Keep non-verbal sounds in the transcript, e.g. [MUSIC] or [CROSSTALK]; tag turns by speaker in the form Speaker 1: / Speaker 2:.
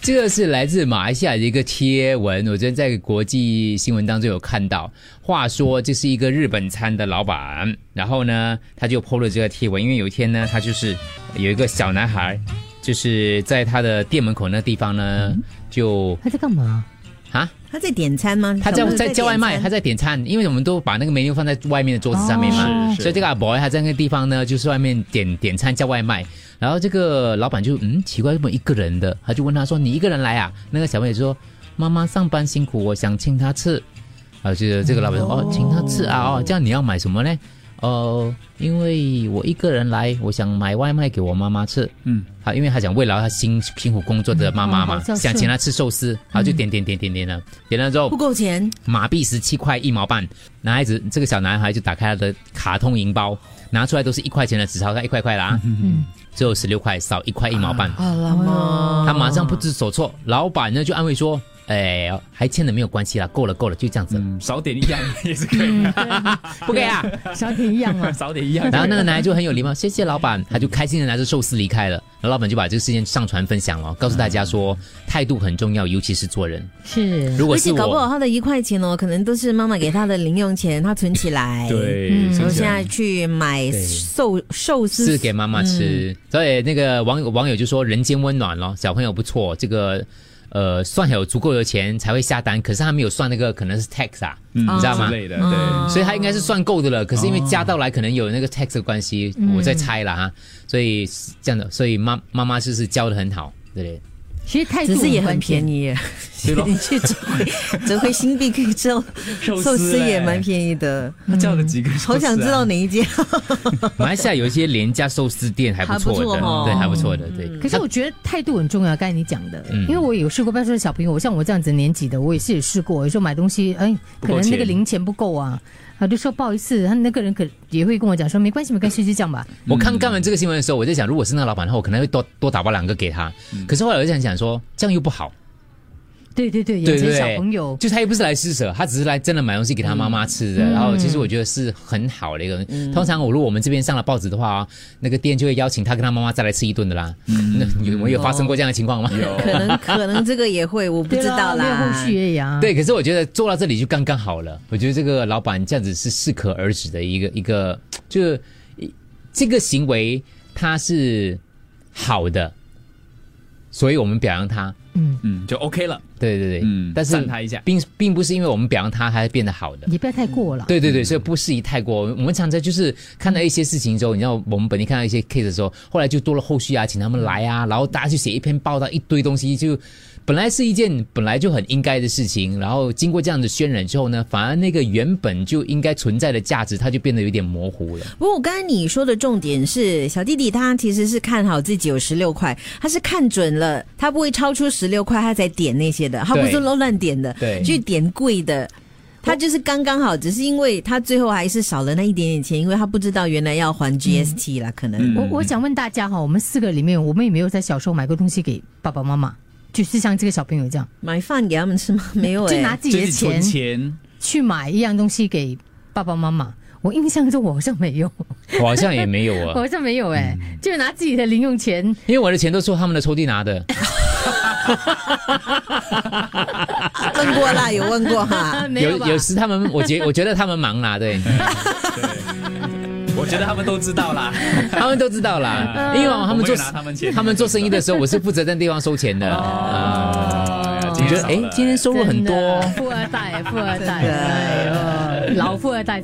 Speaker 1: 这个是来自马来西亚的一个贴文，我昨天在国际新闻当中有看到。话说，这是一个日本餐的老板，然后呢，他就 PO 了这个贴文，因为有一天呢，他就是有一个小男孩，就是在他的店门口那地方呢，就
Speaker 2: 他在干嘛？
Speaker 1: 啊，
Speaker 3: 他在点餐吗？
Speaker 1: 他在
Speaker 3: 小朋友
Speaker 1: 在叫外卖，
Speaker 3: 点
Speaker 1: 他
Speaker 3: 餐
Speaker 1: 在点餐，因为我们都把那个 menu 放在外面的桌子上面嘛。
Speaker 2: 哦
Speaker 1: 所以这个阿 boy 他在那个地方呢，就是外面点点餐叫外卖，然后这个老板就嗯奇怪，怎么一个人的？他就问他说：“你一个人来啊？”那个小朋友说：“妈妈上班辛苦，我想请她吃。”啊，就是这个老板说：“哦，请她吃啊哦，这样你要买什么呢？”哦，因为我一个人来，我想买外卖给我妈妈吃。
Speaker 4: 嗯，
Speaker 1: 他因为他想慰劳他辛辛苦工作的妈妈嘛
Speaker 2: 嗯好，孝顺
Speaker 1: 想请她吃寿司，然后就点点点点点了，点了之后
Speaker 3: 不够钱，
Speaker 1: 马币十七块一毛半，男孩子这个小男孩就打开他的卡通银包，拿出来都是一块钱的纸钞，他一块块啦，
Speaker 2: 嗯，
Speaker 1: 只有十六块，少一块一毛半，
Speaker 3: 好了嘛，
Speaker 1: 他马上不知所措。老板呢就安慰说：“哎，还欠的没有关系啦，够了够了，就这样子，
Speaker 4: 嗯，少点一样也是可以，。
Speaker 1: 不给啊。”
Speaker 2: 嗯小点一样嘛
Speaker 4: [LAUGHS] 少点一样。
Speaker 1: 然后那个男孩就很有礼貌，谢谢老板，他就开心的拿着寿司离开了。然后老板就把这个事件上传分享了，告诉大家说态度很重要，尤其是做人。
Speaker 2: 是，
Speaker 1: 如果
Speaker 3: 而
Speaker 1: 是
Speaker 3: 且搞不好
Speaker 1: 我，
Speaker 3: 他的一块钱哦，可能都是妈妈给他的零用钱，他存起来，，
Speaker 4: 对，
Speaker 3: 然
Speaker 4: 所
Speaker 3: 后
Speaker 4: 以
Speaker 3: 现
Speaker 4: 现在
Speaker 3: 在去买
Speaker 1: 对
Speaker 3: 寿寿司
Speaker 1: 是给妈妈
Speaker 3: 嗯
Speaker 1: 吃。所以那个网友网友就说人间温暖咯，小朋友不错，这个呃算有足够的钱才会下单，可是他没有算那个可能是 tax 啊，
Speaker 4: 嗯
Speaker 3: 哦
Speaker 1: 你知道吗
Speaker 4: 之？类的，对。
Speaker 1: 所以他应该是算够的了，可是因为加到来可能有那个 tax 的关系，
Speaker 3: 嗯
Speaker 1: 我在猜了哈，所以是这样的，所以妈妈妈就是教的很好，对不对？
Speaker 2: 其实态度
Speaker 3: 嗯只是也很
Speaker 2: 关键
Speaker 3: 便。宜耶， [LAUGHS] 你去折回折回新币可以吃
Speaker 1: [LAUGHS]
Speaker 3: 到
Speaker 4: 寿
Speaker 3: 寿司也蛮
Speaker 4: 宜，
Speaker 3: 便宜的，
Speaker 4: 他叫了几个寿司啊？
Speaker 3: 好想知道哪一家。
Speaker 1: 马来西亚有一些廉价寿司店还不错的，
Speaker 3: 还不错哦
Speaker 1: 对，还不错的，对。
Speaker 2: 可是我觉得态度很重要，刚才你讲的，
Speaker 1: 嗯
Speaker 2: 因为我有试过，不要说小朋友，像我这样子年纪的，我也是有试过，有时候买东西，哎，
Speaker 4: 不
Speaker 2: 可
Speaker 4: 够
Speaker 2: 能那个
Speaker 4: 钱
Speaker 2: 零钱不够啊，我就说不好意思，他那个人可也会跟我讲说没关系，没关系，就这样吧。
Speaker 1: 我看看完这个新闻的时候，我在想，如果是那个老板的话，我可能会多多打包两个给他。可是后来我就想想说，这样又不好，
Speaker 2: 对对
Speaker 1: 对
Speaker 2: 对，眼
Speaker 1: 对
Speaker 2: 前
Speaker 1: 对
Speaker 2: 小朋友，嗯
Speaker 1: 就他又不是来施舍，他只是来真的买东西给他妈妈吃的。然后其实我觉得是很好的一个。通常我如果我们这边上了报纸的话，那个店就会邀请他跟他妈妈再来吃一顿的啦。
Speaker 2: 嗯
Speaker 1: 那 [LAUGHS] 有没有发生过这样的情况吗？
Speaker 3: 可能可能这个也会，我不
Speaker 2: 对
Speaker 3: 知
Speaker 2: 啦
Speaker 3: 道
Speaker 2: 没有
Speaker 3: 啦。
Speaker 2: 后续也呀。
Speaker 1: [LAUGHS] 对，可是我觉得做到这里就刚刚好了。我觉得这个老板这样子是适可而止的一个一个，就是一这个行为他是好的，所以我们表扬他。
Speaker 4: 嗯，就 OK 了。
Speaker 1: 对对对，
Speaker 4: 嗯
Speaker 1: 但是
Speaker 4: 赞他一下
Speaker 1: 并并不是因为我们表扬他，他变得好的。
Speaker 2: 也不要太过了。
Speaker 1: 对对对，所以不适宜太过。我们常常就是看到一些事情之后，你知道我们本地看到一些 case 的时候，后来就多了后续啊，请他们来啊，然后大家就写一篇报道，一堆东西就。本来是一件本来就很应该的事情，然后经过这样的渲染之后呢，反而那个原本就应该存在的价值，它就变得有点模糊了。
Speaker 3: 不过我刚才你说的重点是，小弟弟他其实是看好自己有十六块，他是看准了，他不会超出十六块，他才点那些的，他不
Speaker 1: 对
Speaker 3: 是乱乱点的，
Speaker 1: 对
Speaker 3: 去点贵的。他就是刚刚好，只是因为他最后还是少了那一点点钱，因为他不知道原来要还 GST 啦，可能。
Speaker 2: 我我想问大家哈，我们四个里面，我们有没有在小时候买过东西给爸爸妈妈？就是像这个小朋友这样，
Speaker 3: 买饭给他们吃吗？没有哎、
Speaker 2: 就拿自己的
Speaker 4: 自己存
Speaker 2: 钱
Speaker 4: 钱，
Speaker 2: 去买一样东西给爸爸妈妈。我印象中我好像没有，
Speaker 1: 我 [LAUGHS] 好像也没有
Speaker 2: 我
Speaker 1: 啊，
Speaker 2: 好像没有哎、就拿自己的零用钱。
Speaker 1: 因为我的钱都是他们的抽屉拿的。
Speaker 3: 问过啦，有问过哈
Speaker 2: 啊，。没
Speaker 1: 有
Speaker 2: 吧？
Speaker 1: 有时他们，我觉我觉得他们忙啦，对。
Speaker 4: 我觉得他们都知道啦。
Speaker 1: 他们都知道啦，因为哦他们做
Speaker 4: 我们也拿他们钱哦
Speaker 1: 他们做生意的时候，我是负责任地方收钱的。
Speaker 4: 哎呀
Speaker 1: 啊，
Speaker 4: 今
Speaker 1: 你
Speaker 4: 天
Speaker 1: 觉得
Speaker 4: 少
Speaker 1: 哎
Speaker 4: 了，
Speaker 1: 今天收入很多哦。
Speaker 2: 真的富二代，富二代，
Speaker 3: 真的
Speaker 2: 哎呦，老富二代。